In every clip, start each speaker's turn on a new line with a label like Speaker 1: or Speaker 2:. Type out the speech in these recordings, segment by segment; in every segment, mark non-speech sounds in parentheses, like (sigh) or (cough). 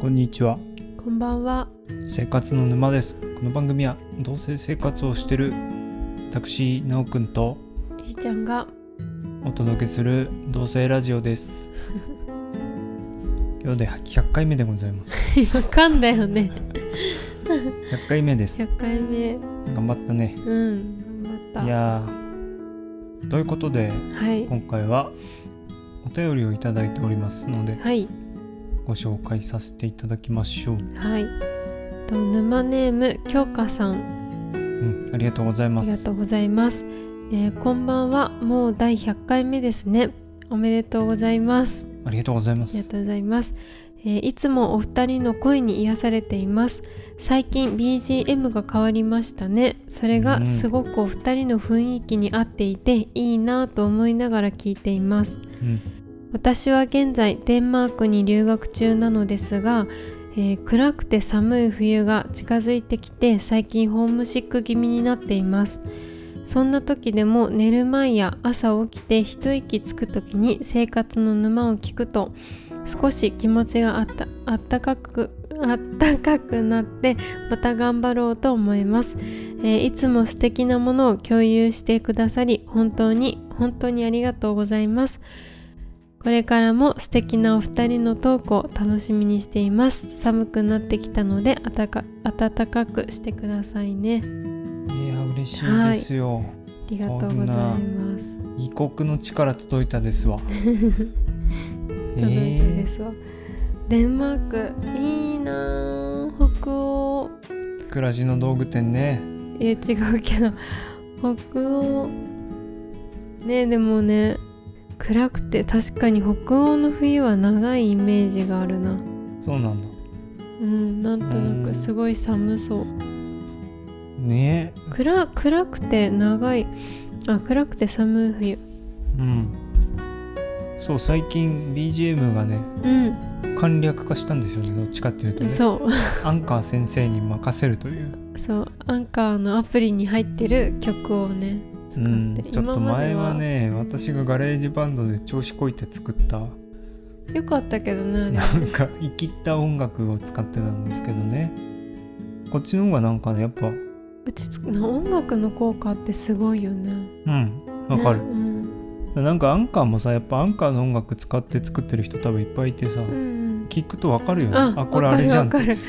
Speaker 1: こんにちは
Speaker 2: こんばんは。
Speaker 1: 生活の沼ですこの番組は同棲生活をしている私なおくんと
Speaker 2: ひーちゃんが
Speaker 1: お届けする同棲ラジオです今日で100回目でございます
Speaker 2: 今噛んだよね。 (laughs)
Speaker 1: 100回目です
Speaker 2: 100回目。
Speaker 1: 頑張ったね
Speaker 2: うん。頑
Speaker 1: い
Speaker 2: 張っ
Speaker 1: やーということで
Speaker 2: た。はい。
Speaker 1: 今回はお便りをいただいておりますので
Speaker 2: はい。
Speaker 1: ご紹介させていただきましょう、
Speaker 2: はい。と沼ネーム京香さん
Speaker 1: うん、ありがとうござい
Speaker 2: あ
Speaker 1: ま
Speaker 2: りが
Speaker 1: す
Speaker 2: とうございます。えーこんばんは。もう第100回目ですね。おめでとうございます。
Speaker 1: ありがとうございま
Speaker 2: ありが
Speaker 1: す
Speaker 2: とうございます。えーいつもお二人の声に癒されています。最近 BGM が変わりましたね。それ
Speaker 1: う
Speaker 2: が
Speaker 1: ん
Speaker 2: すごくお二人の雰囲気に合っていていいなぁと思いながら聞いています。
Speaker 1: うん
Speaker 2: 私は現在デンマークに留学中なのですが、えー暗くて寒い冬が近づいてきて最近ホームシック気味になっていますそんな時でも寝る前や朝起きて一息つく時に生活の沼を聞くと少し気持ちがあったあったかくあったかくなってまた頑張ろうと思います、えーいつも素敵なものを共有してくださり本当に本当にありがとうございますこれからも素敵なお二人のトークを楽しみにしています寒くなってきたのであたか暖かくしてくださいね
Speaker 1: いや嬉しいですよ、
Speaker 2: ありがとうございます
Speaker 1: 異国の地から届いたです
Speaker 2: (laughs)
Speaker 1: わ
Speaker 2: 届いたで
Speaker 1: え
Speaker 2: すわ、デンマークいいなぁ北欧
Speaker 1: ー、暮らしの道具店ね
Speaker 2: え違うけど北欧ねでもね暗くて確かに北欧の冬は長いイメージがあるな
Speaker 1: そうなんだ
Speaker 2: うんなんとなくすごい寒そう
Speaker 1: ね
Speaker 2: 暗暗くて長いあ暗くて寒い冬
Speaker 1: うんそう最近 BGM がね
Speaker 2: う
Speaker 1: 簡略化したんですよねどっちかっていうと
Speaker 2: ん
Speaker 1: ね
Speaker 2: そ
Speaker 1: アンカー先生に任せるという、
Speaker 2: う (laughs) そうアンカーのアプリに入ってる曲をね
Speaker 1: う
Speaker 2: 使って、
Speaker 1: ん、ちょっと
Speaker 2: 今まで
Speaker 1: 前はね私がガレージバンドで調子こいて作った
Speaker 2: よかったけどねあれ
Speaker 1: なんか生きった音楽を使ってたんですけどねこっちの方がなんかねやっぱう
Speaker 2: 落ち着く音楽の効果ってすごいよね
Speaker 1: んわかる
Speaker 2: ねうん
Speaker 1: なんかアンカーもさやっぱアンカーの音楽使って作ってる人多分いっぱいいてさ、
Speaker 2: うんうん
Speaker 1: 聞くとわかるよね
Speaker 2: あ
Speaker 1: あこれあれじゃん
Speaker 2: わかるわか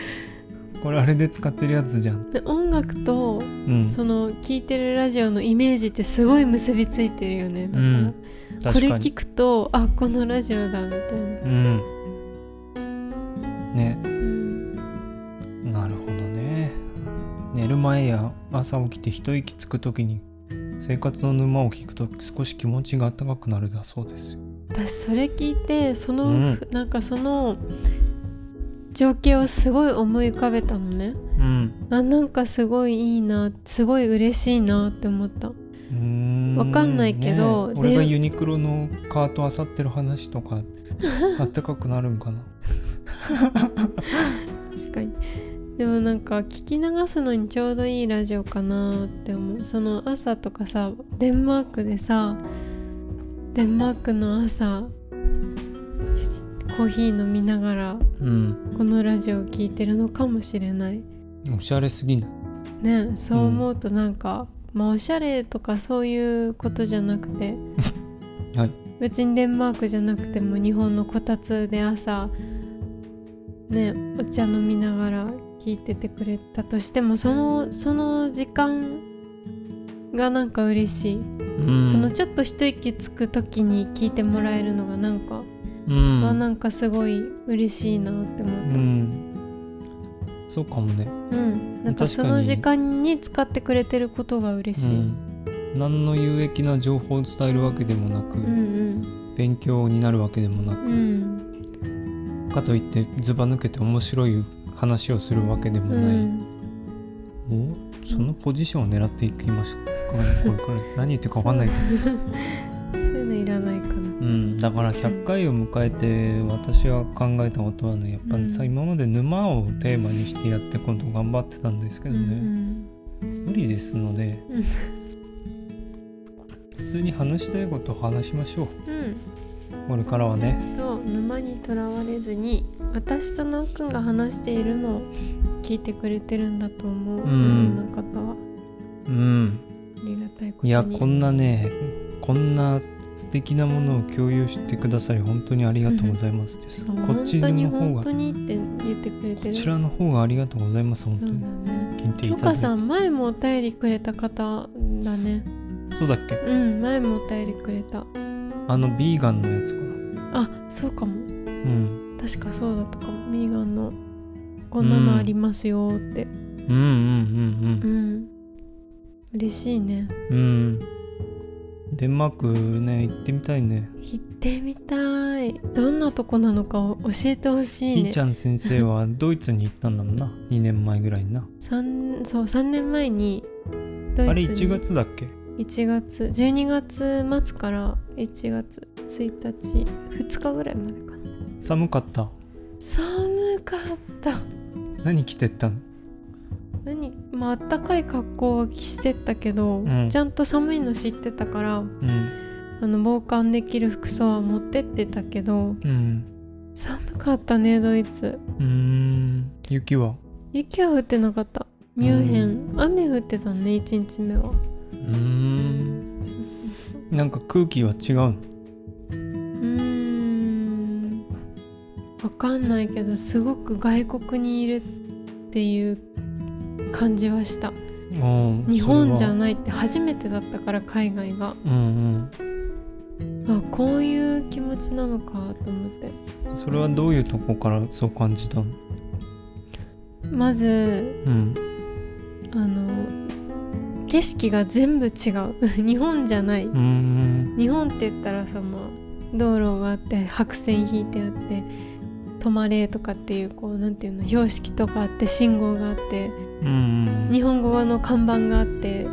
Speaker 1: これあれで使ってるやつじゃん
Speaker 2: るで音楽と
Speaker 1: うん
Speaker 2: その聴いてるラジオのイメージってすごい結びついてるよねだから、
Speaker 1: うん
Speaker 2: こ
Speaker 1: 確
Speaker 2: れ
Speaker 1: かに
Speaker 2: 聞くとあこのラジオだみたいな、
Speaker 1: うんね
Speaker 2: うん、
Speaker 1: なるほどね寝る前や朝起きて一息つく時に生活の沼を聞くと少し気持ちが温かくなるだそうですよ
Speaker 2: 私それ聞いてその、
Speaker 1: うん
Speaker 2: なんかその情景をすごい思い浮かべたのね
Speaker 1: うん
Speaker 2: あなんかすごいいいなすごい嬉しいなって思った
Speaker 1: うーん
Speaker 2: わかんないけど
Speaker 1: ね
Speaker 2: で
Speaker 1: 俺がユニクロのカート漁ってる話と
Speaker 2: (laughs)
Speaker 1: かあったかくなるんかな
Speaker 2: 確かにでもなんか聞き流すのにちょうどいいラジオかなって思うその朝とかさデンマークでさデンマークの朝コーヒー飲みながら
Speaker 1: うん
Speaker 2: このラジオを聞いてるのかもしれない
Speaker 1: おしゃれすぎない
Speaker 2: ねそう思うとなんか、まあおしゃれとかそういうことじゃなくて
Speaker 1: (laughs) はい
Speaker 2: 別にデンマークじゃなくても日本のこたつで朝ねお茶飲みながら聞いててくれたとしてもそのその時間がなんか嬉しい、
Speaker 1: うん
Speaker 2: そのちょっと一息つく時に聞いてもらえるのがなんか、
Speaker 1: うん
Speaker 2: まあなんかすごい嬉しいなって思った、
Speaker 1: うんそうかもね、
Speaker 2: うん、なんかその時間に使ってくれてることが嬉し
Speaker 1: う
Speaker 2: い、
Speaker 1: ん、何の有益な情報を伝えるわけでもなく、
Speaker 2: うんうん
Speaker 1: 勉強になるわけでもな
Speaker 2: うん、
Speaker 1: くかといってずば抜けて面白い話をするわけでも
Speaker 2: う
Speaker 1: ない、
Speaker 2: ん、
Speaker 1: おそのポジションを狙っていきましたこれこれこれ何言ってるか分かんないけど
Speaker 2: そういうのいらないかな。
Speaker 1: うん、だから100回を迎えて私は考えたことはねやっぱりさ、
Speaker 2: うん
Speaker 1: 今まで沼をテーマにしてやって今度頑張ってたんですけ
Speaker 2: う
Speaker 1: ど
Speaker 2: ん
Speaker 1: ね、
Speaker 2: うん
Speaker 1: 無理ですので
Speaker 2: うん
Speaker 1: 普通に話したいことを話しましょう
Speaker 2: うん、
Speaker 1: これからはね
Speaker 2: と沼にとらわれずに私となおくんが話しているのを聞いてくれてるんだと思う、
Speaker 1: うん
Speaker 2: いろんな方は
Speaker 1: うん
Speaker 2: ありがたいことに
Speaker 1: いやこんなねこんな素敵なものを共有してくださり本当にありがとうございますです、
Speaker 2: そう
Speaker 1: こっちの方
Speaker 2: 本
Speaker 1: が
Speaker 2: 当
Speaker 1: こ
Speaker 2: に本当にって言ってくれてる
Speaker 1: ちらの方がありがとうございます本当
Speaker 2: そうだ
Speaker 1: に
Speaker 2: ね
Speaker 1: 聞いてい
Speaker 2: きょ
Speaker 1: ただ
Speaker 2: か
Speaker 1: いて
Speaker 2: さん前もお便りくれた方だね
Speaker 1: そうだっけ
Speaker 2: うん前もお便りくれた
Speaker 1: あのビーガンのやつかな
Speaker 2: あそうかも
Speaker 1: うん
Speaker 2: 確かそうだったかもヴィーガンのこんなのありますよって
Speaker 1: うんうん
Speaker 2: うん、嬉しいね
Speaker 1: うんうんうんデンマークね行ってみたいね
Speaker 2: 行ってみたいどんなとこなのかを教えてほしい
Speaker 1: ひ
Speaker 2: ね
Speaker 1: ーちゃん先生はドイツに行ったんだもんな2年前ぐらいにな
Speaker 2: 三そう3年前にド
Speaker 1: あれ
Speaker 2: イツ
Speaker 1: 1
Speaker 2: に
Speaker 1: 月だっけ
Speaker 2: 1月12月末から1月1日2日ぐらいまでかな
Speaker 1: 寒かった
Speaker 2: 寒かった
Speaker 1: 何着てったの
Speaker 2: 何まああったかい格好はしてったけど、
Speaker 1: うん
Speaker 2: ちゃんと寒いの知ってたから
Speaker 1: うん
Speaker 2: あの防寒できる服装は持ってってたけど
Speaker 1: うん
Speaker 2: 寒かったねドイツ
Speaker 1: うーん雪は
Speaker 2: 雪は降ってなかったミュンヘン、雨降ってたね1日目は
Speaker 1: うーん
Speaker 2: そうそうそう
Speaker 1: なんか空気は違うの
Speaker 2: うーんわかんないけどすごく外国にいるっていう感じはした
Speaker 1: うん
Speaker 2: 日本じゃ
Speaker 1: ん
Speaker 2: ないって初めてだったから海外が
Speaker 1: うん
Speaker 2: あこういう気持ちなのかと思って
Speaker 1: うんそれはどういうとこからそう感じたの
Speaker 2: まず
Speaker 1: うん
Speaker 2: あの景色が全部違う (laughs) 日本じゃないう
Speaker 1: ーん
Speaker 2: 日本って言ったらさまあ道路があって白線引いてあって「止まれ」とかっていうこうなんていうの標識とかあって信号があって
Speaker 1: うん
Speaker 2: 日本語の看板があって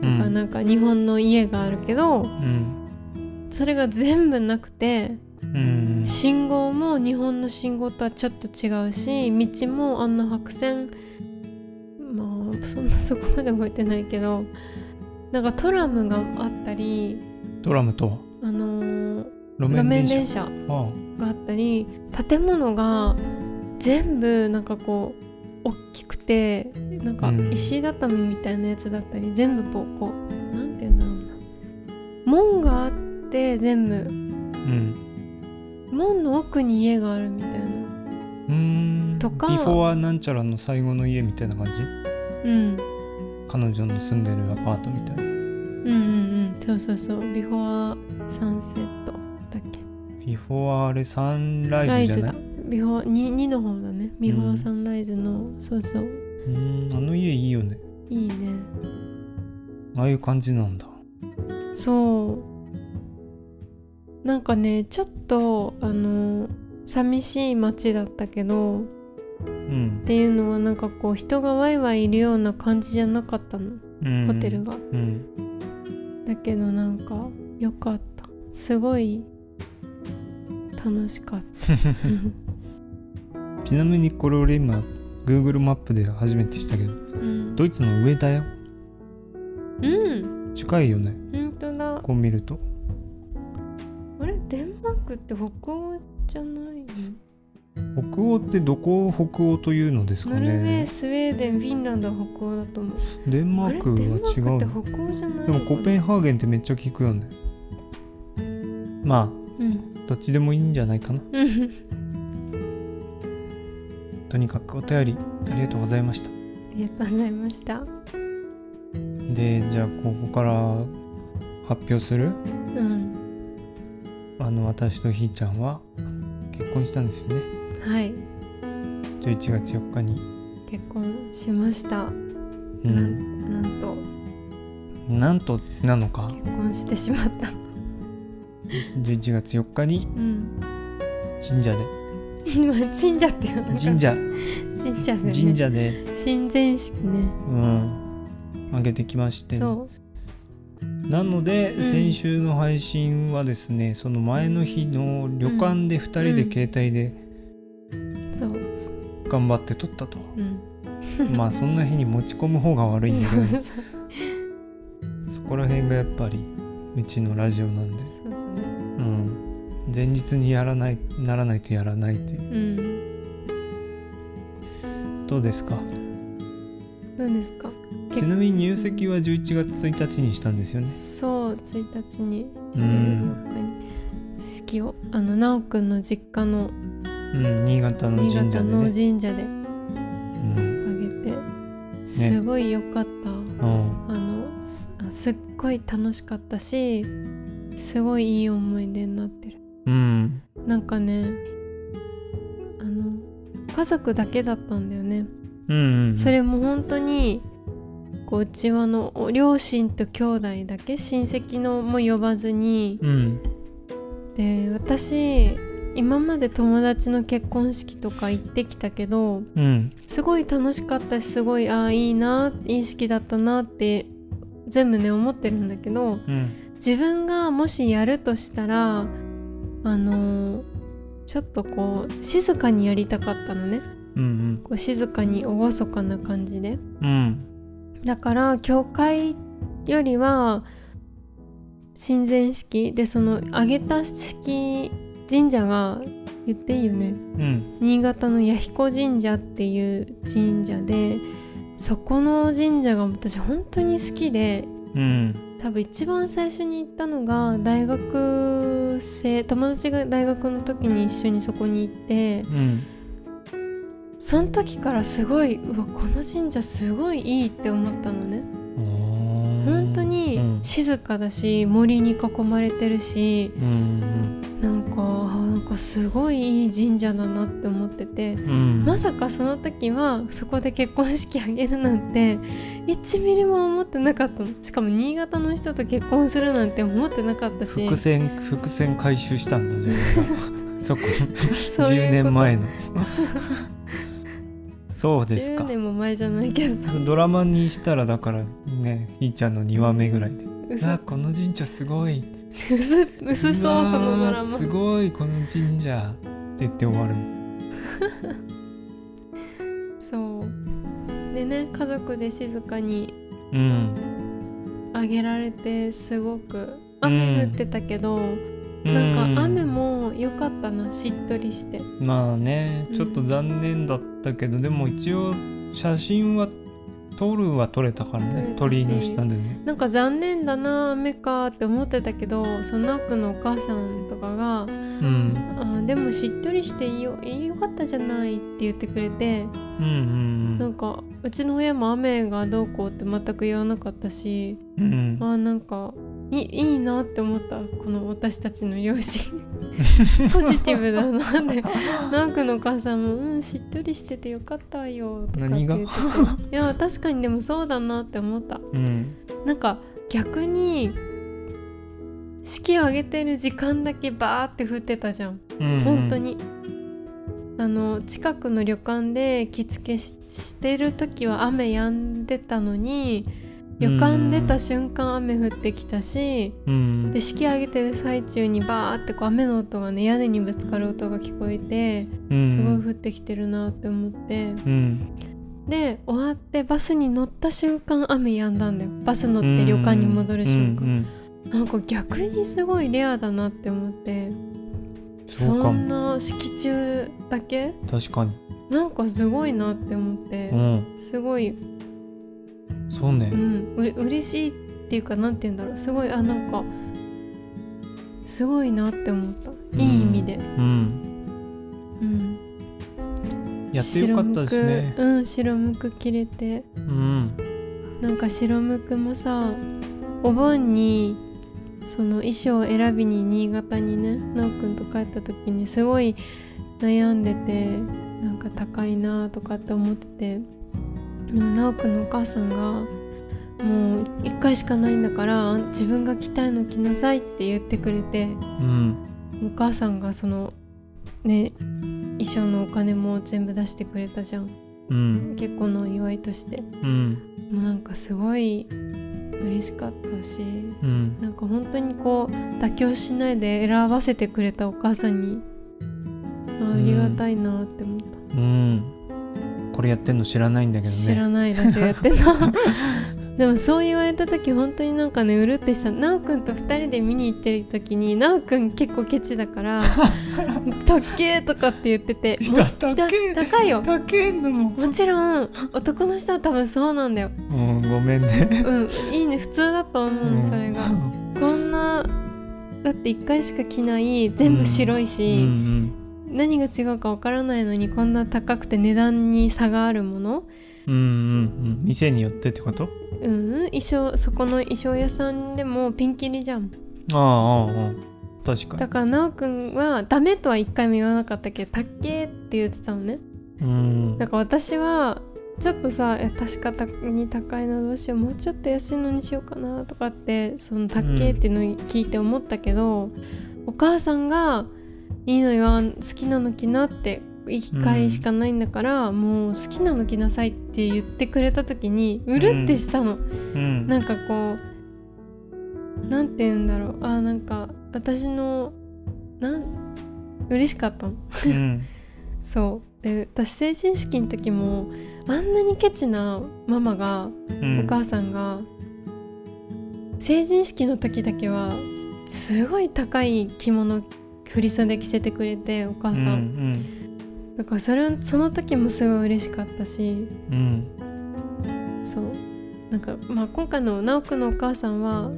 Speaker 2: と
Speaker 1: うん
Speaker 2: かなんか日本の家があるけど
Speaker 1: うん
Speaker 2: それが全部なくて
Speaker 1: うん
Speaker 2: 信号も日本の信号とはちょっと違うし道もあんな白線まあそんなそこまで覚えてないけどなんかトラムがあったり
Speaker 1: ドラムとは
Speaker 2: あのー
Speaker 1: 路
Speaker 2: 路
Speaker 1: 面
Speaker 2: 面
Speaker 1: 電車
Speaker 2: 電車
Speaker 1: あ
Speaker 2: があったり建物が全部なんかこう大きくてなんか
Speaker 1: うん
Speaker 2: 石畳みたいなやつだったり、全部こうこうなんて言うんだろうな門があって全部
Speaker 1: あうん
Speaker 2: 門の奥に家があるみたいな
Speaker 1: うーん
Speaker 2: とか
Speaker 1: ビフォーはなんちゃらの最後の家みたいな感じ
Speaker 2: うん
Speaker 1: 彼女の住んでるアパートみたいな
Speaker 2: うんうんうんそうそうそうビフォアサンセットだっけ
Speaker 1: ビフォーはあれサンラ
Speaker 2: ラ
Speaker 1: イ
Speaker 2: イ
Speaker 1: ズじ
Speaker 2: ズ
Speaker 1: ゃない
Speaker 2: だビフォア 2, 2の方だねビフォ
Speaker 1: う
Speaker 2: ア
Speaker 1: ん
Speaker 2: サンライズの、そうそう
Speaker 1: うーんあの家いいよね
Speaker 2: いいね
Speaker 1: ああいう感じなんだ
Speaker 2: そうなんかねちょっとあの寂しい街だったけどっ
Speaker 1: うん
Speaker 2: ていうのはなんかこう人がワイワイいるような感じじゃなかったの
Speaker 1: うん
Speaker 2: ホテルが、
Speaker 1: うん
Speaker 2: だけどなんか良かったすごい楽
Speaker 1: (laughs)
Speaker 2: しかった
Speaker 1: ちなみにこれ俺今 Google マップで初めてしたけど
Speaker 2: うん、
Speaker 1: ドイツの上だよ
Speaker 2: うん、
Speaker 1: 近いよね
Speaker 2: 本当だ
Speaker 1: こう見ると
Speaker 2: あれデンマークって北欧じゃないの
Speaker 1: 北欧ってどこを北欧というのですか
Speaker 2: ノルウェー
Speaker 1: ね
Speaker 2: スウェーデンフィンランドは北欧だと思う
Speaker 1: デンマ
Speaker 2: あれ
Speaker 1: ー
Speaker 2: デ
Speaker 1: ク
Speaker 2: ン
Speaker 1: は
Speaker 2: マー
Speaker 1: 違う
Speaker 2: ク
Speaker 1: の
Speaker 2: って
Speaker 1: で
Speaker 2: 北欧じゃないの
Speaker 1: もコペンハーゲンってめっちゃ聞くよねま
Speaker 2: うん
Speaker 1: あどっちでもいいんじゃないかな
Speaker 2: うん (laughs)
Speaker 1: とにかくお便りありがとうございました
Speaker 2: ありがとうございました。
Speaker 1: でじゃあここから発表する
Speaker 2: うん。
Speaker 1: あの私とひーちゃんは結婚したんですよね
Speaker 2: はい。
Speaker 1: 11月4日に、
Speaker 2: 結婚しました。
Speaker 1: う、
Speaker 2: なんんなんと
Speaker 1: なんとなのか
Speaker 2: 結婚してしまった。 (laughs)
Speaker 1: 11月4日に
Speaker 2: うん。
Speaker 1: 神社で
Speaker 2: 今神社って言わなかった
Speaker 1: 神社
Speaker 2: 神社で、ね、
Speaker 1: 神社で
Speaker 2: 神前式ね。
Speaker 1: うん上げてきまして
Speaker 2: そ
Speaker 1: なので、
Speaker 2: うん
Speaker 1: 先週の配信はですねその前の日の旅館で2人で携帯で
Speaker 2: うそう。
Speaker 1: 頑張って撮った
Speaker 2: (laughs)
Speaker 1: と、
Speaker 2: うん。
Speaker 1: まあそんな日に持ち込む方が悪いんだけ
Speaker 2: (laughs) そうそ
Speaker 1: ど
Speaker 2: うそ
Speaker 1: そ
Speaker 2: う
Speaker 1: こら辺がやっぱりうちのラジオなんで
Speaker 2: そうだね。
Speaker 1: うん前日にやらないならないとやらないという
Speaker 2: うん
Speaker 1: どうですか
Speaker 2: どうですか結構
Speaker 1: ちなみに入籍は11月1日にしたんですよね
Speaker 2: そう1日にして
Speaker 1: う
Speaker 2: 4
Speaker 1: ん
Speaker 2: 日に式をあの奈くんの実家の
Speaker 1: うん新潟の
Speaker 2: 新
Speaker 1: 神社
Speaker 2: 潟
Speaker 1: で
Speaker 2: の
Speaker 1: ね
Speaker 2: 神社で
Speaker 1: うん
Speaker 2: あげてすごい良かった、
Speaker 1: うん
Speaker 2: あのすあすっごい楽しかったしすごいいい思い出になってる
Speaker 1: うん
Speaker 2: なんかねあの家族だけだったんだよね、
Speaker 1: うんうんうん
Speaker 2: それも本当にこううちはのお両親と兄弟だけ親戚のも呼ばずに
Speaker 1: うん
Speaker 2: で私今まで友達の結婚式とか行ってきたけど
Speaker 1: うん
Speaker 2: すごい楽しかったしすごいああいいないい式だったなって全部ね思ってるんだけ
Speaker 1: う
Speaker 2: ど
Speaker 1: ん
Speaker 2: 自分がもしやるとしたらあのーちょっとこう静かにやりたかったのね
Speaker 1: うん
Speaker 2: こう静かに厳かな感じで
Speaker 1: うんうん
Speaker 2: だから教会よりは神前式でその挙げた式神社が言っていいよね
Speaker 1: うん
Speaker 2: 新潟の弥彦神社っていう神社でそこの神社が私本当に好きで
Speaker 1: うん
Speaker 2: 多分一番最初に行ったのが大学生友達が大学の時に一緒にそこに行って
Speaker 1: うん
Speaker 2: その時からすごいうわこの神社すごいいいって思ったのね本
Speaker 1: 本
Speaker 2: 当に静かだし森に囲まれてるし
Speaker 1: うん
Speaker 2: なんかあなんかすごいいい神社だなって思ってて
Speaker 1: うんうん
Speaker 2: まさかその時はそこで結婚式あげるなんて1ミリも思ってなかったのしかも新潟の人と結婚するなんて思ってなかったし
Speaker 1: 伏線伏線回収したんだ自分がそこ
Speaker 2: ういうこと
Speaker 1: 10年前のそうです
Speaker 2: 10
Speaker 1: か
Speaker 2: 年も前じゃないけどさ
Speaker 1: ドラマにしたらだからねひーちゃんの2話目ぐらいで「
Speaker 2: 嘘
Speaker 1: あこの神社すごい」
Speaker 2: 嘘嘘
Speaker 1: う
Speaker 2: そう
Speaker 1: わ
Speaker 2: そ
Speaker 1: ー
Speaker 2: のドラマ
Speaker 1: すごいこの神社」って言って終わる
Speaker 2: (laughs) そうでね家族で静かに
Speaker 1: うん
Speaker 2: あげられてすごく雨降ってたけど、なんか雨も良かったなしっとりして
Speaker 1: まあねちょっと残念だったけど、でも一応写真は撮るは撮れたからね
Speaker 2: 撮
Speaker 1: 鳥
Speaker 2: れたし
Speaker 1: 居の下でね
Speaker 2: なんか残念だな雨かって思ってたけどそのなおくんのお母さんとかが「
Speaker 1: うん
Speaker 2: あーでもしっとりしていいよいいよかったじゃない」って言ってくれて
Speaker 1: うんうんう
Speaker 2: なんんかうちの親も雨がどうこうって全く言わなかったし
Speaker 1: うん
Speaker 2: あーなんかいいいなって思ったこの私たちの両親ポジティブだなって (laughs) ナオくんのお母さんも「うんしっとりしててよかったよ」とかって
Speaker 1: 何が
Speaker 2: 言ってていや確かにでもそうだなって思った
Speaker 1: (laughs) うん
Speaker 2: なんか逆に式を挙げてる時間だけバーって降ってたじゃん
Speaker 1: うん
Speaker 2: 本当に、あの近くの旅館で着付けししてる時は雨止んでたのに旅館出た瞬間雨降ってきたし、
Speaker 1: うん
Speaker 2: で式上げてる最中にバーってこう雨の音がね屋根にぶつかる音が聞こえて
Speaker 1: うん
Speaker 2: すごい降ってきてるなって思って
Speaker 1: うん
Speaker 2: で終わってバスに乗った瞬間雨止んだんだよバス乗って旅館に戻る瞬間、
Speaker 1: うん
Speaker 2: なんか逆にすごいレアだなって思って
Speaker 1: うん
Speaker 2: そ
Speaker 1: そうか
Speaker 2: ん
Speaker 1: も
Speaker 2: な式中だけ
Speaker 1: 確かに
Speaker 2: なんかすごいなって思って、
Speaker 1: うん
Speaker 2: すごい、
Speaker 1: そうね
Speaker 2: うん、うれ嬉しいっていうかなんて言うんだろうすごいあなんかすごいなって思ったいい意味で、
Speaker 1: うん
Speaker 2: うん、
Speaker 1: やってよかったですね
Speaker 2: 白むくうん白むく切れて
Speaker 1: うん
Speaker 2: なんか白むくもさお盆にその衣装を選びに新潟にねなおくんと帰った時にすごい悩んでてなんか高いなとかって思っててでもなおくんのお母さんが「もう1回しかないんだから自分が着たいの着なさい」って言ってくれて
Speaker 1: うん
Speaker 2: お母さんがそのね衣装のお金も全部出してくれたじゃん
Speaker 1: うん
Speaker 2: 結婚のお祝いとして。
Speaker 1: うん
Speaker 2: もうなんかすごい嬉しかったし
Speaker 1: うん
Speaker 2: なんか本当にこう妥協しないで選ばせてくれたお母さんにあありがたいなって思った、
Speaker 1: うんこれやってんの知らないんだけどね
Speaker 2: 知らないラジオやってんな (laughs) でもそう言われた時本当になんかねうるってしたなおくんと2人で見に行ってる時になおくん結構ケチだ
Speaker 1: (laughs)
Speaker 2: から「たっけー」とかって言ってて
Speaker 1: い (laughs) や高
Speaker 2: だ
Speaker 1: え
Speaker 2: 高いよ
Speaker 1: 高えんだもん、
Speaker 2: もちろん男の人は多分そうなんだよ
Speaker 1: うん、ごめんね、
Speaker 2: うんいいね普通だと思う、
Speaker 1: うん
Speaker 2: それがこんなだって1回しか着ない全部白いうし、
Speaker 1: ん
Speaker 2: 何が違うかわからないのにこんな高くて値段に差があるもの
Speaker 1: うんうんうんうん店によってってこと
Speaker 2: うん衣装そこの衣装屋さんでもピンキリじゃん
Speaker 1: ああああああ確か
Speaker 2: だから奈くんはダメとは一回も言わなかったけど「たっけ」って言ってたのね
Speaker 1: にうん
Speaker 2: だから私はちょっとさえ確かたに高いなどうしようもうちょっと安いのにしようかなとかってその「たっけ」っていうのを聞いて思ったけど、お母さんが「いいのよあん好きなの着な」って1回しかないんだから、もう好きなの着なさいって言ってくれた時にうるってしたの、
Speaker 1: うん
Speaker 2: なんかこうなんて言うんだろうあーなんか私のなん嬉しかったの
Speaker 1: うん
Speaker 2: そうで私成人式の時もあんなにケチなママが、
Speaker 1: うん
Speaker 2: お母さんが成人式の時だけはすすごい高い着物振袖着せてくれてお母さん、
Speaker 1: うん
Speaker 2: だからそれその時もすごい嬉しかったし
Speaker 1: うんうん
Speaker 2: そうなんか、まあ、今回の直くんのお母さんは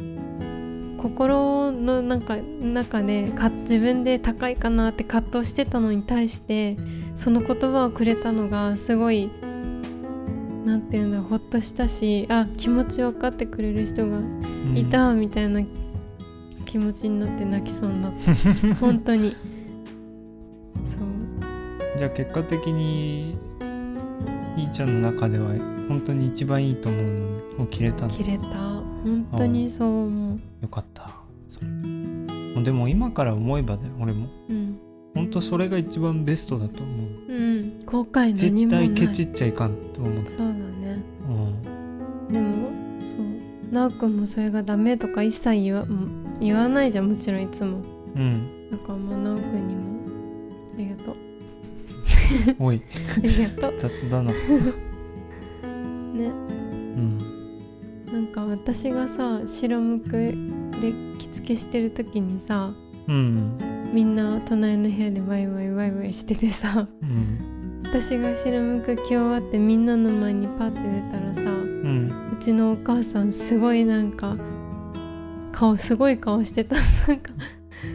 Speaker 2: 心のなんか中でか自分で高いかなって葛藤してたのに対してその言葉をくれたのがすごいなんていうんだろうほっとしたしあ気持ち分かってくれる人が
Speaker 1: うん
Speaker 2: いたみたいな気持ちになって泣きそうになった
Speaker 1: (laughs)
Speaker 2: 本当にそう
Speaker 1: じゃあ結果的にひーちゃんの中では本当に一番いいと思うのを切れたの
Speaker 2: 切れた本当にそう思う
Speaker 1: よかったそれもうでも今から思えばね俺も
Speaker 2: うん
Speaker 1: 本当それが一番ベストだと思う
Speaker 2: うん後悔何
Speaker 1: 絶
Speaker 2: もない
Speaker 1: 対ケチっちゃいかんと思っ
Speaker 2: そうだね
Speaker 1: た、うん、
Speaker 2: でもそうなおくんもそれがダメとか一切言わも言わないじゃんもちろんいつも
Speaker 1: うん、
Speaker 2: だからまあなおくんにもありがとう
Speaker 1: おい
Speaker 2: ありがと
Speaker 1: 雑だな
Speaker 2: うね
Speaker 1: うん
Speaker 2: なんか私がさ白むくで着付けしてる時にさ
Speaker 1: うん
Speaker 2: みんな隣の部屋でワイワイワイワイしててさ
Speaker 1: うん
Speaker 2: 私が白むく着終わってみんなの前にパッて出たらさう
Speaker 1: うん
Speaker 2: ちのお母さんすごいなんか顔すごい顔してたなんか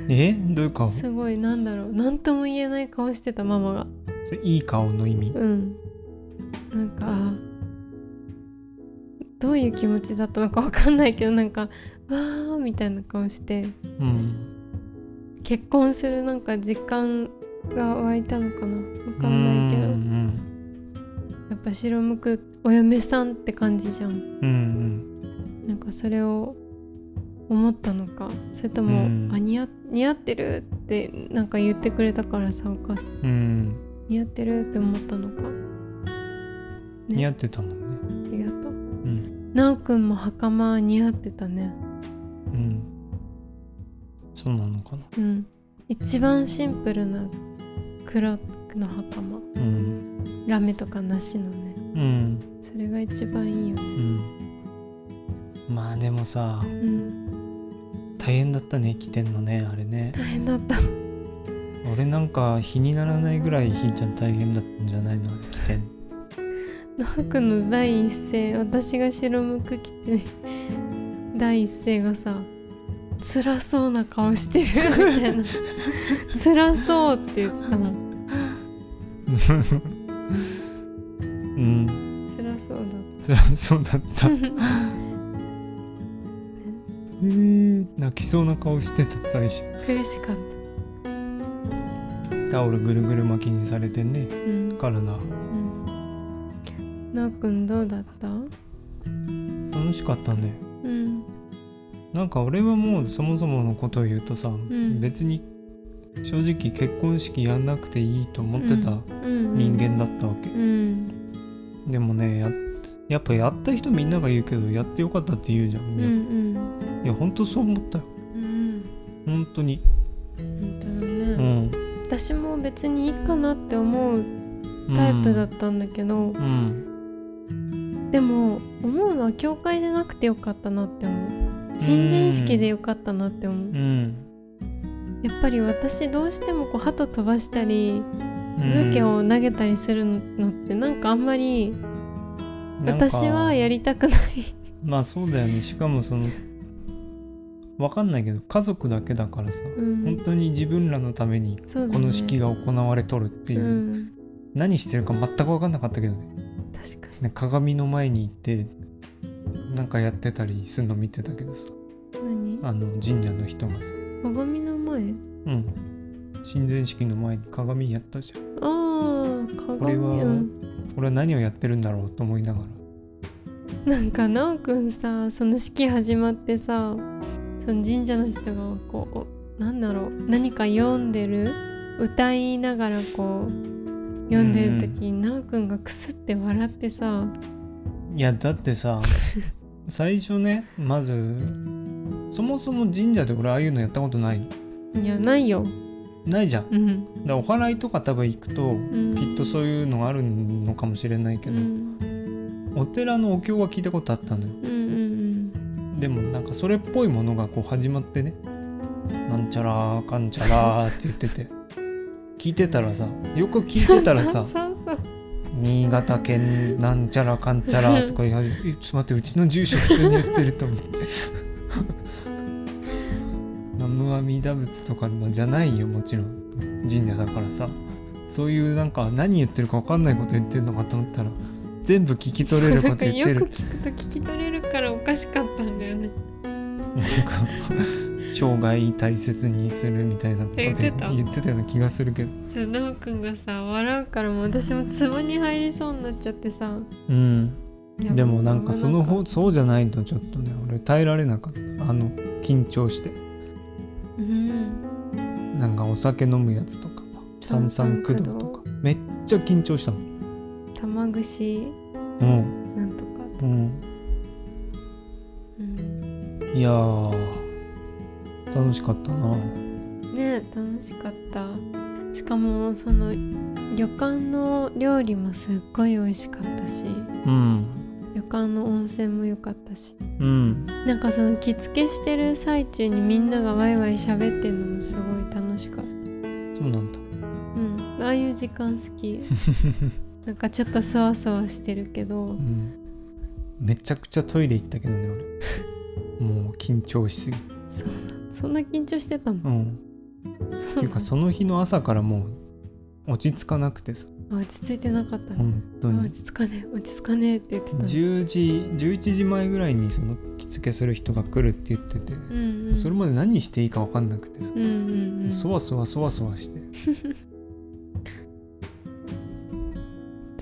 Speaker 1: えどういう顔そ
Speaker 2: すごいなんだろう何とも言えない顔してたママが
Speaker 1: れいい顔の意味
Speaker 2: うんなんかあどういう気持ちだったのかわかんないけどなんかわーみたいな顔して
Speaker 1: うん
Speaker 2: 結婚するなんか実感が湧いたのかなわかんないけど
Speaker 1: う
Speaker 2: や
Speaker 1: ん
Speaker 2: っぱ白むくお嫁さんって感じじゃん
Speaker 1: うんうん
Speaker 2: なんかそれを思ったのかそれと
Speaker 1: う
Speaker 2: も
Speaker 1: ん
Speaker 2: 「あ似合似合ってる」ってなんか言ってくれたからさお母さん
Speaker 1: うん、うん、
Speaker 2: 似合ってるって思ったのかね
Speaker 1: 似合ってたもんね
Speaker 2: ありがとう
Speaker 1: うん
Speaker 2: なおくんも袴似合ってたね
Speaker 1: うんそうなのかな
Speaker 2: うん一番シンプルな黒の袴
Speaker 1: うん
Speaker 2: ラメとかなしのね
Speaker 1: うん
Speaker 2: それが一番いいよね
Speaker 1: うんまあでもさ
Speaker 2: うん
Speaker 1: 大変だったね来てんのねあれね
Speaker 2: 大変だった
Speaker 1: 俺なんか日にならないぐらいひーちゃん大変だったんじゃないの来てん
Speaker 2: なおくんの第一声私が白むく着て第一声がさ辛そうな顔してるみたいな辛そうって言ってたもん (laughs)
Speaker 1: うん
Speaker 2: 辛そうだっ
Speaker 1: 辛そうだった
Speaker 2: た
Speaker 1: えー、泣きそうな顔してた最初
Speaker 2: 苦しかっ
Speaker 1: タオルぐるぐる巻きにされてね
Speaker 2: たうん
Speaker 1: 体
Speaker 2: うんなおくんどうだった
Speaker 1: 楽しかったね
Speaker 2: うん
Speaker 1: なんか俺はもうそもそものことを言うとさ、
Speaker 2: ん
Speaker 1: 別に正直結婚式やんなくていいと思ってた人
Speaker 2: 人
Speaker 1: 間だったわけ、
Speaker 2: うん
Speaker 1: でもねややっぱやった人みんなが言うけどやってよかったって言うじゃん
Speaker 2: うんう
Speaker 1: みんな、
Speaker 2: ん
Speaker 1: いやほんとそう思ったよ
Speaker 2: うん
Speaker 1: 本当に
Speaker 2: 本当だ
Speaker 1: う
Speaker 2: ね、
Speaker 1: ん
Speaker 2: 私も別にいいかなって思うタイプだったんだけど、
Speaker 1: うん
Speaker 2: でも思うのは教会じゃなくてよかったなって思う人前式でよかったなって思う
Speaker 1: うん
Speaker 2: やっぱり私どうしてもこう鳩飛ばしたり
Speaker 1: う
Speaker 2: ブ
Speaker 1: ん
Speaker 2: ーケを投げたりするのってなんかあんまり
Speaker 1: なんか
Speaker 2: 私はやりたくない
Speaker 1: まあそうだよねしかもそのわかんないけど家族だけだからさ、
Speaker 2: うん
Speaker 1: 本当に自分らのために
Speaker 2: そうだね
Speaker 1: この式が行われとるっていう、
Speaker 2: うん
Speaker 1: 何してるか全く分かんなかったけどね
Speaker 2: 確かに
Speaker 1: ね鏡の前に行ってなんかやってたりするの見てたけどさ
Speaker 2: 何
Speaker 1: あの神社の人がさ
Speaker 2: 鏡の前
Speaker 1: うん神前式の前に鏡やったじゃん
Speaker 2: ああ鏡
Speaker 1: これは
Speaker 2: うん
Speaker 1: 俺は何をやってるんだろうと思いながら
Speaker 2: なんかなおくんさその式始まってさその神社の人がこうおなんだろう何か読んでる歌いながらこう読んでる時になおくんがくすって笑ってさ (laughs)
Speaker 1: いやだってさ最初ねまずそもそも神社で俺ああいうのやったことないの
Speaker 2: いやないよ
Speaker 1: ないじゃんだか
Speaker 2: うん
Speaker 1: らお祓いとか多分行くと
Speaker 2: うん
Speaker 1: きっとそういうのがあるのかもしれないけ
Speaker 2: う
Speaker 1: ど、
Speaker 2: ん
Speaker 1: お寺のお経は聞いたことあったのよ
Speaker 2: うんうん
Speaker 1: でもなんかそれっぽいものがこう始まってねなんちゃらーかんちゃらーって言ってて聞いてたらさよく聞いてたら
Speaker 2: そ
Speaker 1: さ
Speaker 2: うそうそう
Speaker 1: 新潟県 (laughs) なんちゃらかんちゃらとか言い始めえちょっと待ってうちの住所普通に言ってると思って南無阿弥陀仏とかじゃないよもちろん神社だからさそういうなんか何言ってるか分かんないこと言ってるのかと思ったら全部聞き取れること言って
Speaker 2: なん
Speaker 1: る
Speaker 2: かよく聞くと聞き取れるからおかしかったんだよね
Speaker 1: なんか生涯大切にするみたいなこと
Speaker 2: え言ってた
Speaker 1: 言ってたような気がするけど
Speaker 2: そうなおくんがさ笑うからもう私もツボに入りそうになっちゃってさ
Speaker 1: うん
Speaker 2: やっぱ
Speaker 1: でもなんかその
Speaker 2: な
Speaker 1: 方そうじゃないとちょっとね俺耐えられなかったあの緊張して
Speaker 2: うん
Speaker 1: なんかお酒飲むやつとかさ
Speaker 2: 炭
Speaker 1: 三
Speaker 2: 酸
Speaker 1: 三
Speaker 2: 駆
Speaker 1: 駆動
Speaker 2: 動
Speaker 1: とかめっちゃ緊張したもん
Speaker 2: 玉串
Speaker 1: うん
Speaker 2: なんとか、
Speaker 1: うん
Speaker 2: うん、
Speaker 1: いやー楽しかったな
Speaker 2: ね楽しかったしかもその旅館の料理もすっごい美味しかったし
Speaker 1: うん
Speaker 2: 旅館の温泉も良かったし
Speaker 1: うん
Speaker 2: なんかその着付けしてる最中にみんながワイワイ喋ってるのもすごい楽しかった
Speaker 1: そうなんだ
Speaker 2: うんああいう時間
Speaker 1: (laughs)
Speaker 2: 好きなんかちょっとそわそわしてるけど
Speaker 1: うんめちゃくちゃトイレ行ったけどね (laughs) 俺もう緊張しすぎ
Speaker 2: そうだそんな緊張してたの
Speaker 1: うん
Speaker 2: そう
Speaker 1: っていうかその日の朝からもう落ち着かなくてさ
Speaker 2: あ落ち着いてなかったね、
Speaker 1: 本当
Speaker 2: あ
Speaker 1: に
Speaker 2: 落ち着かねえ落ち着かねえって言ってたの
Speaker 1: 10時11時前ぐらいにその着付けする人が来るって言ってて、
Speaker 2: うんうん、
Speaker 1: それまで何していいか分かんなくてさ、
Speaker 2: うんうんうん
Speaker 1: そわそわそわそわして
Speaker 2: (laughs)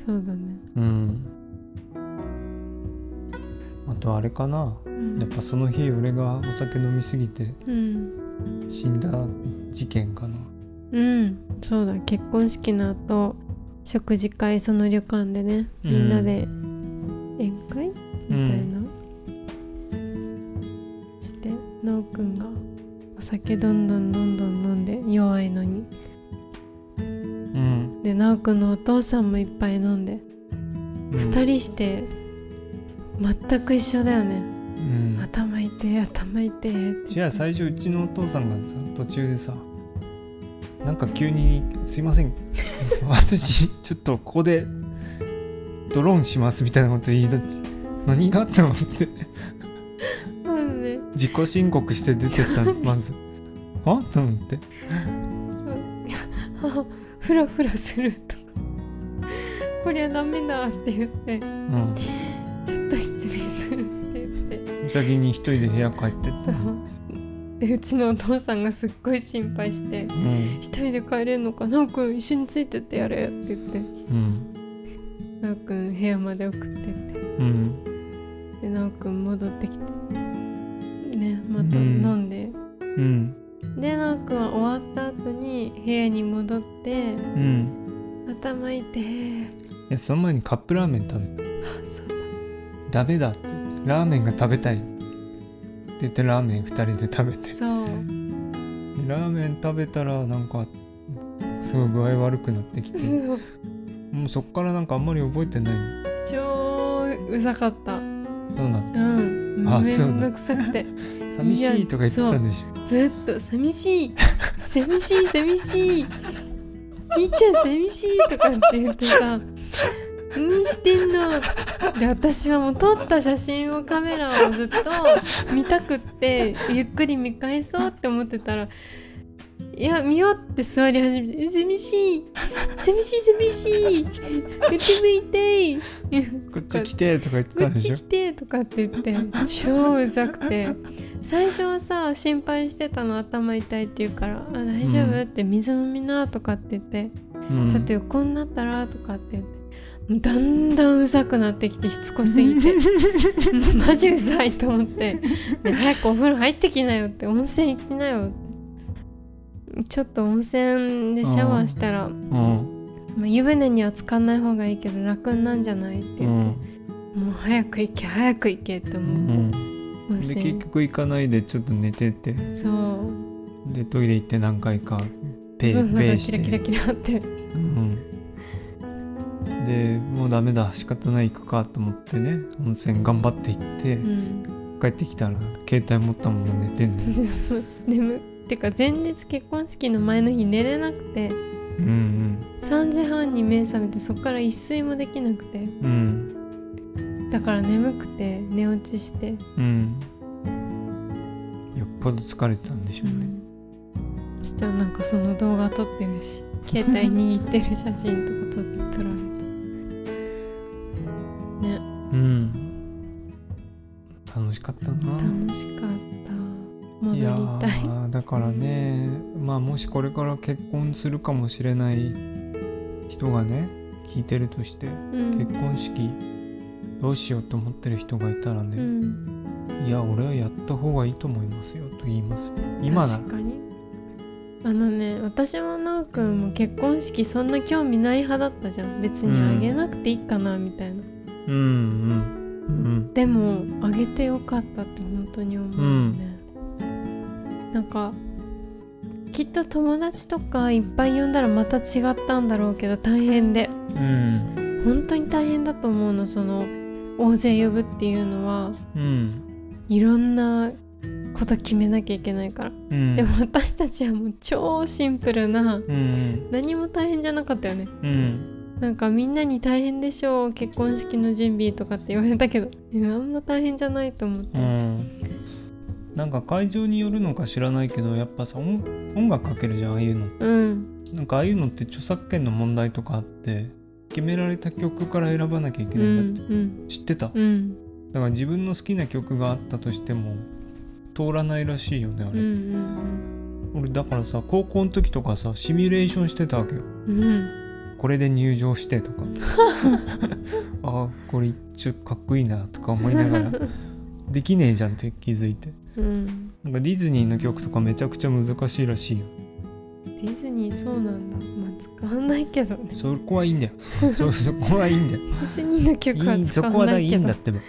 Speaker 2: そうだね、
Speaker 1: うんあとあれかな
Speaker 2: うん
Speaker 1: やっぱその日俺がお酒飲みすぎて
Speaker 2: うん、
Speaker 1: 死んだ事件かな
Speaker 2: うん、そうだ結婚式の後食事会その旅館でねみんなで宴会、みたいな、してなおくんがお酒どんどんどんどん飲んで弱いのに
Speaker 1: うん、
Speaker 2: でなおくんのお父さんもいっぱい飲んで、
Speaker 1: うん、
Speaker 2: 2人して全く一緒だよね
Speaker 1: うん
Speaker 2: 頭痛い頭痛いって
Speaker 1: じゃあ最初うちのお父さんがさ途中でさなんか急に「すいませ
Speaker 2: (laughs)
Speaker 1: ん私ちょっとここでドローンします」みたいなこと言い出して何があったのって
Speaker 2: なんで
Speaker 1: 自己申告して出てったのまず。あと思って
Speaker 2: そう (laughs) フラフラするとかこりゃダメだって言って
Speaker 1: うん
Speaker 2: ちょっと失礼するって言って
Speaker 1: 先に一人で部屋帰ってった
Speaker 2: そうでうちのお父さんがすっごい心配して
Speaker 1: うん
Speaker 2: 「一人で帰れんのかなおくん一緒についてってやれ」って言って
Speaker 1: うん
Speaker 2: なおくん部屋まで送ってって
Speaker 1: うん
Speaker 2: でなおくん戻ってきてねまた
Speaker 1: うん
Speaker 2: 飲んで、
Speaker 1: うん
Speaker 2: でなおくんは終わった後に部屋に戻って
Speaker 1: うん
Speaker 2: 頭痛え
Speaker 1: いやその前にカップラーメン食べた
Speaker 2: あそう
Speaker 1: ダメだって言ってラーメンが食べたいって言ってラーメン二人で食べて
Speaker 2: そう
Speaker 1: でラーメン食べたらなんかすごい具合悪くなってきて
Speaker 2: そう
Speaker 1: もうそっからなんかあんまり覚えてない
Speaker 2: 超うざかった
Speaker 1: そうなん
Speaker 2: うん
Speaker 1: あ
Speaker 2: め
Speaker 1: そうんな
Speaker 2: ど
Speaker 1: ん
Speaker 2: くさくて
Speaker 1: 寂しいとか言ってたんでしょ
Speaker 2: ずっと寂しい寂しい寂しいみっちゃん寂しいとかって言ってさ何してんので私はもう撮った写真をカメラをずっと見たくってゆっくり見返そうって思ってたらいや見ようって座り始めてえ寂しい寂しい寂しい (laughs) こっち向いてい
Speaker 1: こっち来てとか言って
Speaker 2: こ
Speaker 1: た
Speaker 2: っ
Speaker 1: んでし
Speaker 2: ち
Speaker 1: ょ
Speaker 2: 来てとかって言って超うざくて最初はさ心配してたの頭痛いって言うから「あ大丈夫
Speaker 1: うん
Speaker 2: って「水飲みな」とかって言って
Speaker 1: うん
Speaker 2: 「ちょっと横になったら」とかって言って。もうだんだんうざくなってきてしつこ
Speaker 1: (laughs)
Speaker 2: すぎてマジうざいと思ってで早くお風呂入ってきなよって温泉行きなよってちょっと温泉でシャワーしたら、
Speaker 1: うん
Speaker 2: まあ、湯船には浸かんない方がいいけど楽になんじゃないって
Speaker 1: う
Speaker 2: 言って、
Speaker 1: ん
Speaker 2: もう早く行け早く行けって
Speaker 1: う
Speaker 2: 思って、
Speaker 1: ん
Speaker 2: 温
Speaker 1: で
Speaker 2: 泉
Speaker 1: 結局行かないでちょっと寝てて
Speaker 2: そう
Speaker 1: でトイレ行って何回かペ
Speaker 2: そう
Speaker 1: ーペ
Speaker 2: なん
Speaker 1: ー
Speaker 2: か
Speaker 1: し
Speaker 2: キ
Speaker 1: て
Speaker 2: ラキラキラって
Speaker 1: うん、でもうダメだ仕方ない行くかと思ってね温泉頑張って行って、
Speaker 2: うん (laughs)
Speaker 1: 帰ってきたら携帯持ったまま寝てんの
Speaker 2: 眠ってか前日結婚式の前の日寝れなくて
Speaker 1: うん
Speaker 2: 3時半に目覚めてそっから一睡もできなくて
Speaker 1: うんうん
Speaker 2: だから眠くて寝落ちして、
Speaker 1: うんよっぽど疲れてたんでしょうね、
Speaker 2: そしたらなんかその動画撮ってるし携帯握ってる写真とか撮撮られてね
Speaker 1: うん楽しかったな
Speaker 2: 楽しかった戻
Speaker 1: い
Speaker 2: り
Speaker 1: や
Speaker 2: たい
Speaker 1: ーだからねまあもしこれから結婚するかもしれない人がね聞いてるとして
Speaker 2: うん
Speaker 1: 結婚式どうしようと思ってる人がいたら
Speaker 2: う
Speaker 1: ね、
Speaker 2: ん
Speaker 1: いや俺はやった方がいいと思いますよと言いますよ今なら
Speaker 2: 確かにあのね私もなおくんも結婚式そんな興味ない派だったじゃん別にあげなくていいかなみたいな、
Speaker 1: うんうん
Speaker 2: でもあげてよかったって本当に思うよね、なんかきっと友達とかいっぱい呼んだらまた違ったんだろうけど大変で
Speaker 1: うんうん
Speaker 2: 本当に大変だと思うのその大勢呼ぶっていうのは
Speaker 1: うん
Speaker 2: いろんなこと決めなきゃいけないから、
Speaker 1: うん
Speaker 2: でも私たちはもう超シンプルな
Speaker 1: うん
Speaker 2: 何も大変じゃなかったよね
Speaker 1: うん
Speaker 2: なんかみんなに大変でしょう結婚式の準備とかって言われたけど (laughs) いやあんま大変じゃないと思って、
Speaker 1: うんなんか会場によるのか知らないけどやっぱさ音音楽かけるじゃんああいうの
Speaker 2: うん
Speaker 1: なんかああいうのって著作権の問題とかあって決められた曲から選ばなきゃいけ
Speaker 2: うん
Speaker 1: な
Speaker 2: う
Speaker 1: いんだって、
Speaker 2: ん
Speaker 1: 知ってただか
Speaker 2: うん
Speaker 1: ら自分の好きな曲があったとしても通らないらしいよねあ
Speaker 2: うんう
Speaker 1: れ、
Speaker 2: ん
Speaker 1: 俺だからさ高校の時とかさシミュレーションしてたわけよ
Speaker 2: うんうん
Speaker 1: これで入場して
Speaker 2: (laughs)
Speaker 1: とかああこれ一応かっこいいなとか思いな
Speaker 2: (laughs)
Speaker 1: がらできねえじゃんって気づいて
Speaker 2: うん
Speaker 1: なんかディズニーの曲とかめちゃくちゃ難しいらしいよ
Speaker 2: ディズニーそうなんだまあ使わないけど
Speaker 1: (laughs)
Speaker 2: ね
Speaker 1: そこはいいん
Speaker 2: (laughs)
Speaker 1: だよそそこはいいんだよ
Speaker 2: ディズニーの曲はい
Speaker 1: い
Speaker 2: 使
Speaker 1: そ
Speaker 2: わ
Speaker 1: こは
Speaker 2: な
Speaker 1: だい
Speaker 2: い
Speaker 1: い
Speaker 2: け
Speaker 1: ん
Speaker 2: ど
Speaker 1: だ
Speaker 2: (laughs)
Speaker 1: ってば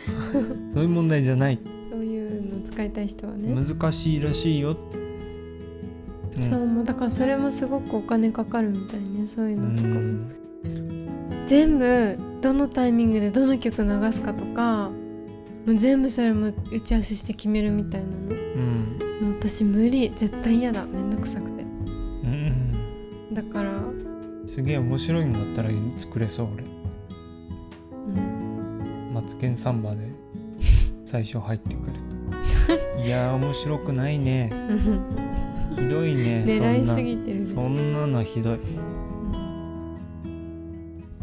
Speaker 1: そういう問題じゃない
Speaker 2: そういうの使いたい人はね、
Speaker 1: 難しいらしいよ、うん
Speaker 2: そうもうだからそれもすごくお金かかるみたいねそういううのとかも
Speaker 1: ん
Speaker 2: 全部どのタイミングでどの曲流すかとかもう全部それも打ち合わせして決めるみたいなのも
Speaker 1: うん
Speaker 2: う私無理絶対嫌だめんどくさくて
Speaker 1: うん
Speaker 2: だから、う
Speaker 1: すげえ面白いのだったら作れそう俺「
Speaker 2: ん、
Speaker 1: マツケンサンバ」で最初入ってくる
Speaker 2: (laughs)
Speaker 1: といやー面白くないねひどいね
Speaker 2: 狙いす
Speaker 1: ぎ
Speaker 2: ぎてるでし
Speaker 1: そ
Speaker 2: ょ、
Speaker 1: んなのひどい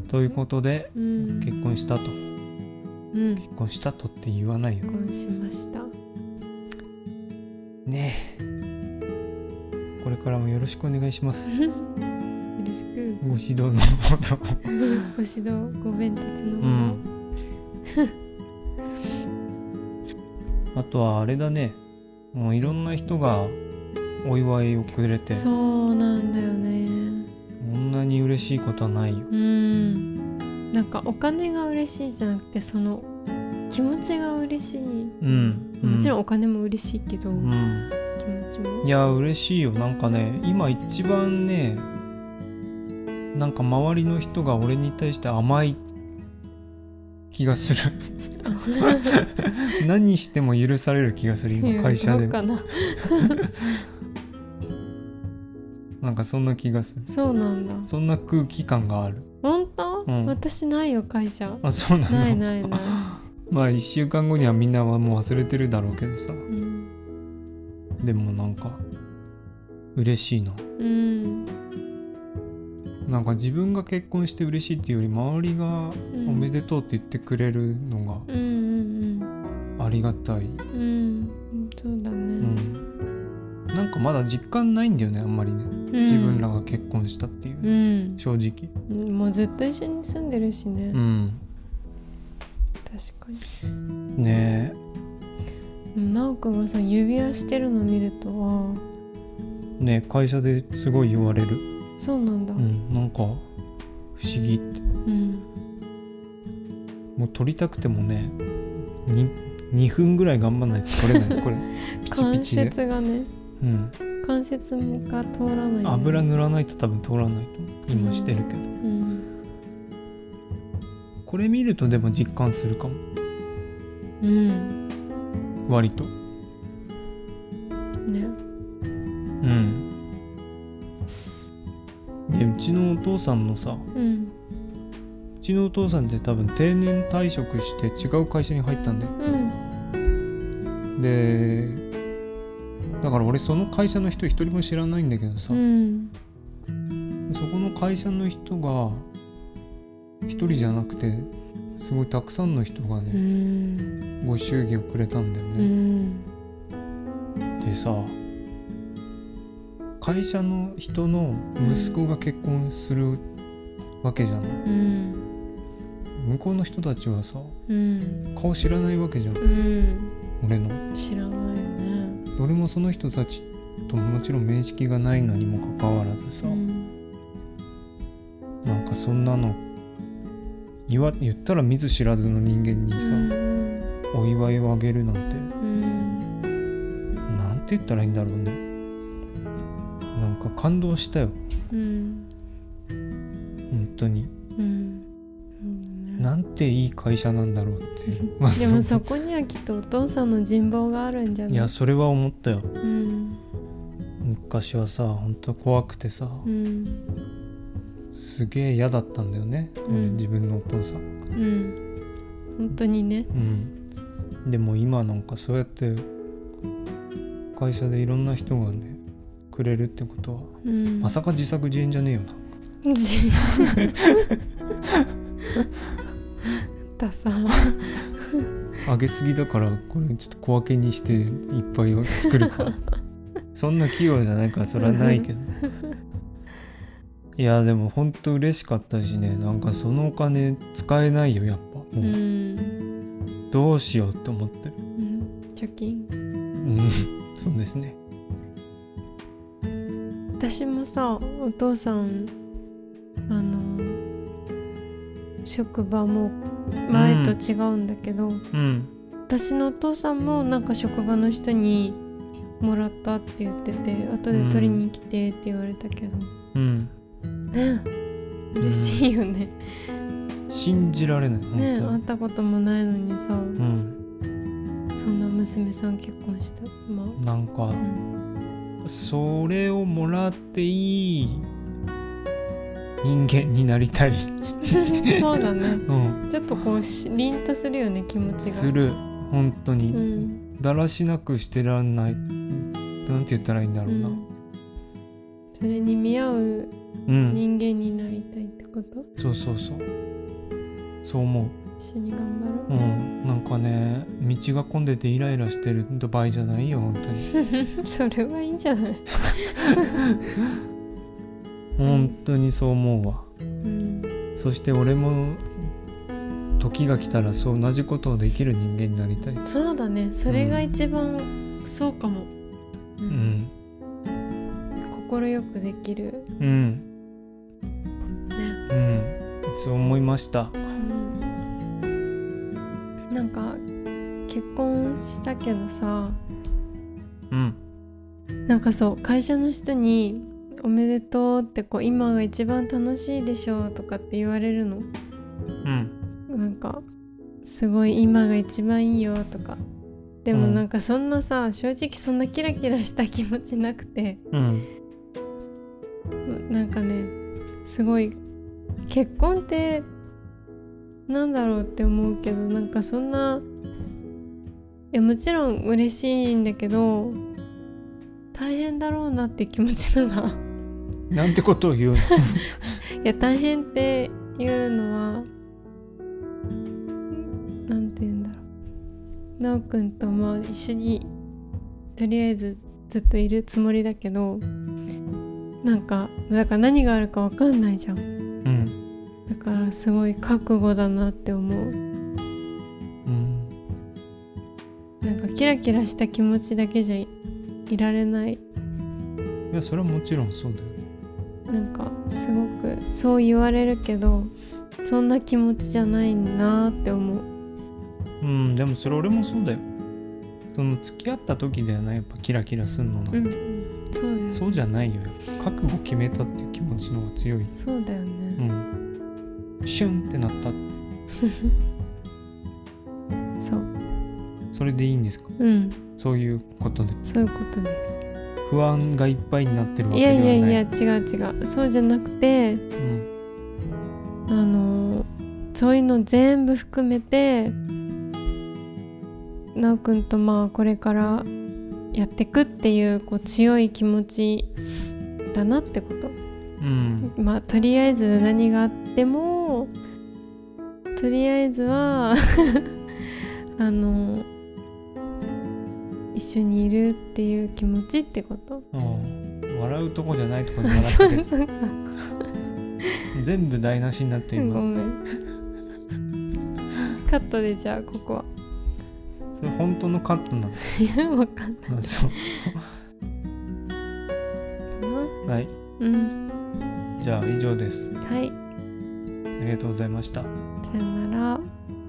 Speaker 1: ということで
Speaker 2: うん、
Speaker 1: 結婚したと
Speaker 2: うん
Speaker 1: 結婚したとって言わないよ
Speaker 2: 結婚しました
Speaker 1: ねえこれからもよろしくお願いします
Speaker 2: (laughs) よろしく
Speaker 1: ご指導のほど
Speaker 2: ご指導ご鞭達の
Speaker 1: うん
Speaker 2: 方、 (laughs)
Speaker 1: あとはあれだねもういろんな人がお祝いをくれてそ
Speaker 2: そうなんだよね
Speaker 1: んなに嬉しいことはないよ
Speaker 2: うんなんかお金が嬉しいじゃなくてその気持ちが嬉しい
Speaker 1: うん
Speaker 2: もちろん
Speaker 1: ん、
Speaker 2: お金も嬉しいけど、
Speaker 1: うん、
Speaker 2: 気持ちも
Speaker 1: いや嬉しいよなんかね今一番ねなんか周りの人が俺に対して甘い気がす
Speaker 2: (laughs)
Speaker 1: る何しても許される気がする今会社
Speaker 2: ど
Speaker 1: で
Speaker 2: うかな
Speaker 1: なんかそんな気がする
Speaker 2: そうなんだ
Speaker 1: そんな空気感がある
Speaker 2: 本当、
Speaker 1: うん
Speaker 2: 私ないよ会社
Speaker 1: あそうなの
Speaker 2: ないないない、
Speaker 1: (laughs) まあ1週間後にはみんなはもう忘れてるだろうけどさ
Speaker 2: うん、
Speaker 1: でもなんか嬉しいな
Speaker 2: うん
Speaker 1: なんか自分が結婚して嬉しいっていうより周りが
Speaker 2: うん
Speaker 1: おめでとうって言ってくれるの
Speaker 2: うんうん
Speaker 1: がありがたい、
Speaker 2: うんうんそうだ
Speaker 1: う
Speaker 2: ね、
Speaker 1: ん、なんかまだ実感ないんだよねあんまりね
Speaker 2: うん
Speaker 1: 自分らが結婚したっていう、
Speaker 2: うん、
Speaker 1: 正直
Speaker 2: もうずっと一緒に住んでるしね、
Speaker 1: うん
Speaker 2: 確かに
Speaker 1: ね
Speaker 2: うん奈くんがさ指輪してるの見るとは
Speaker 1: えねえ会社ですごい言われる
Speaker 2: そうなんだ
Speaker 1: う、んなんか不思議って
Speaker 2: うん
Speaker 1: もう撮りたくてもねに2分ぐらい頑張んないと撮れない (laughs) これピチピ
Speaker 2: 関
Speaker 1: チで、
Speaker 2: 節がね
Speaker 1: うん、
Speaker 2: 関節が通らないね、
Speaker 1: 油塗らないと多分通らないと今してるけど、
Speaker 2: うん、
Speaker 1: これ見るとでも実感するかも
Speaker 2: うん、
Speaker 1: 割と
Speaker 2: ね
Speaker 1: うんでうちのお父さんのさ
Speaker 2: うん
Speaker 1: うちのお父さんって多分定年退職して違う会社に入ったんだよ
Speaker 2: うん
Speaker 1: でだから俺その会社の人一人も知らないんだけどさ、
Speaker 2: うん
Speaker 1: そこの会社の人が一人じゃなくてすごいたくさんの人が
Speaker 2: う
Speaker 1: ね、
Speaker 2: ん
Speaker 1: ご祝儀をくれたんだよ
Speaker 2: う
Speaker 1: ね、
Speaker 2: ん
Speaker 1: でさ会社の人の息子が結婚するわけじゃない
Speaker 2: うん
Speaker 1: 向こうの人たちはさ
Speaker 2: うん
Speaker 1: 顔知らないわけじゃん
Speaker 2: うん
Speaker 1: 俺の
Speaker 2: 知らないよね
Speaker 1: 俺もその人たちともちろん面識がないのにもかかわらずさ、
Speaker 2: うん
Speaker 1: なんかそんなの言わ言ったら見ず知らずの人間に
Speaker 2: う
Speaker 1: さ、
Speaker 2: ん
Speaker 1: お祝いをあげるなんて
Speaker 2: うん
Speaker 1: なんて言ったらいいんだろうねなんか感動したよ
Speaker 2: うん
Speaker 1: 本当に
Speaker 2: うんうんね
Speaker 1: なんていい会社なんだろうっていう (laughs)
Speaker 2: でもそこにはきっとお父さんの人望があるんじゃない
Speaker 1: いやそれは思ったよ
Speaker 2: うん
Speaker 1: 昔はさ本当怖くてさ
Speaker 2: うん
Speaker 1: すげえ嫌だったんだよね、
Speaker 2: うん
Speaker 1: 俺自分のお父さん
Speaker 2: うん本当にね
Speaker 1: うんでも今なんかそうやって会社でいろんな人がねくれるってことは
Speaker 2: うん
Speaker 1: まさか自作自演じゃねえよな
Speaker 2: 実際ださ
Speaker 1: 揚げすぎだからこれちょっと小分けにしていっぱいを作るから (laughs) そんな器用じゃないからそれはないけどいやでもほんと嬉しかったしねなんかそのお金使えないよやっぱもう、
Speaker 2: うん、
Speaker 1: どうしようって思ってる
Speaker 2: うん、貯金
Speaker 1: うんそうですね
Speaker 2: 私もさお父さんあの職場も前と違うんだけど、
Speaker 1: うん
Speaker 2: 私のお父さんもなんか職場の人にもらったって言ってて後で取りに来てって言われたけど、
Speaker 1: うん
Speaker 2: ね嬉しいよね、
Speaker 1: 信じられない本当
Speaker 2: ね
Speaker 1: に、
Speaker 2: 会ったこともないのにさ、
Speaker 1: うん
Speaker 2: そんな娘さん結婚したまあ
Speaker 1: なんか
Speaker 2: うん
Speaker 1: それをもらっていい人間になりたい (laughs)
Speaker 2: そうだね
Speaker 1: うん
Speaker 2: ちょっとこうし凛とするよね気持ちが
Speaker 1: する本当に、
Speaker 2: うん
Speaker 1: だらしなくしてらんないなんて言ったらいいんだろうな
Speaker 2: う、んそれに見合う
Speaker 1: うん
Speaker 2: 人間になりたいってこと、
Speaker 1: そうそうそうそう思
Speaker 2: 一緒に頑張ろ
Speaker 1: ううんなんかね道が混んでてイライラしてる場合じゃないよ本当に
Speaker 2: う (laughs) それはいいんじゃない、
Speaker 1: 本当にそう思うわ
Speaker 2: うん、
Speaker 1: そして俺も時が来たらそう同じことをできる人間になりたい
Speaker 2: そうだねそれが一番そうかも、う
Speaker 1: うんん
Speaker 2: 心よくできる
Speaker 1: うん
Speaker 2: ね、
Speaker 1: うんそう思いました
Speaker 2: うん、なんか結婚したけどさ
Speaker 1: うん
Speaker 2: なんかそう会社の人に「おめでとう」ってこう「今が一番楽しいでしょ」とかって言われるの
Speaker 1: うん
Speaker 2: なんかすごい今が一番いいよとかでも
Speaker 1: うん
Speaker 2: なんかそんなさ、正直そんなキラキラした気持ちなくて (laughs)
Speaker 1: うん
Speaker 2: なんかねすごい結婚ってなんだろうって思うけどなんかそんないやもちろん嬉しいんだけど大変だろうなって気持ちなが
Speaker 1: なんてことを言うの
Speaker 2: いや大変っていうのはなんて言うんだろうなおくんとまあ一緒にとりあえずずっといるつもりだけどなんかだから何があるかわかんないじゃん
Speaker 1: うん、
Speaker 2: だからすごい覚悟だなって思う
Speaker 1: うん、
Speaker 2: なんかキラキラした気持ちだけじゃいいられない
Speaker 1: いやそれはもちろんそうだよ
Speaker 2: なんかすごくそう言われるけどそんな気持ちじゃないなって思う
Speaker 1: うんでもそれ俺もそうだよその付き合った時だよねやっぱキラキラするのなんて、
Speaker 2: んそうだよね
Speaker 1: そうじゃないよやっぱ覚悟決めたっていう気持ちの方が強い
Speaker 2: そうだよ
Speaker 1: う
Speaker 2: ね、
Speaker 1: んシュンってなったって
Speaker 2: (laughs) そう
Speaker 1: それでいいんですか
Speaker 2: うん
Speaker 1: そういうことで
Speaker 2: そういうことです
Speaker 1: 不安がいっぱいになってるわ
Speaker 2: い
Speaker 1: けで
Speaker 2: や
Speaker 1: はない
Speaker 2: いやいや違う違うそうじゃなくて
Speaker 1: うん
Speaker 2: あのーそういうの全部含めてなおくんとまあこれからやってくっていうこう強い気持ちだなってこと
Speaker 1: うん
Speaker 2: まあとりあえず何があってもとりあえずは (laughs) あの一緒にいるっていう気持ちってこと
Speaker 1: うん笑うとこじゃないとこで
Speaker 2: (laughs) そ
Speaker 1: 笑って
Speaker 2: うそうか
Speaker 1: 全部台無しになって
Speaker 2: (laughs) ご
Speaker 1: 今
Speaker 2: めんカットでじゃあここは (laughs)
Speaker 1: それ本当のカットなの
Speaker 2: いやわかんない
Speaker 1: あそう
Speaker 2: な
Speaker 1: はい
Speaker 2: うん
Speaker 1: じゃあ以上です
Speaker 2: はい
Speaker 1: ありがとうございました
Speaker 2: さよなら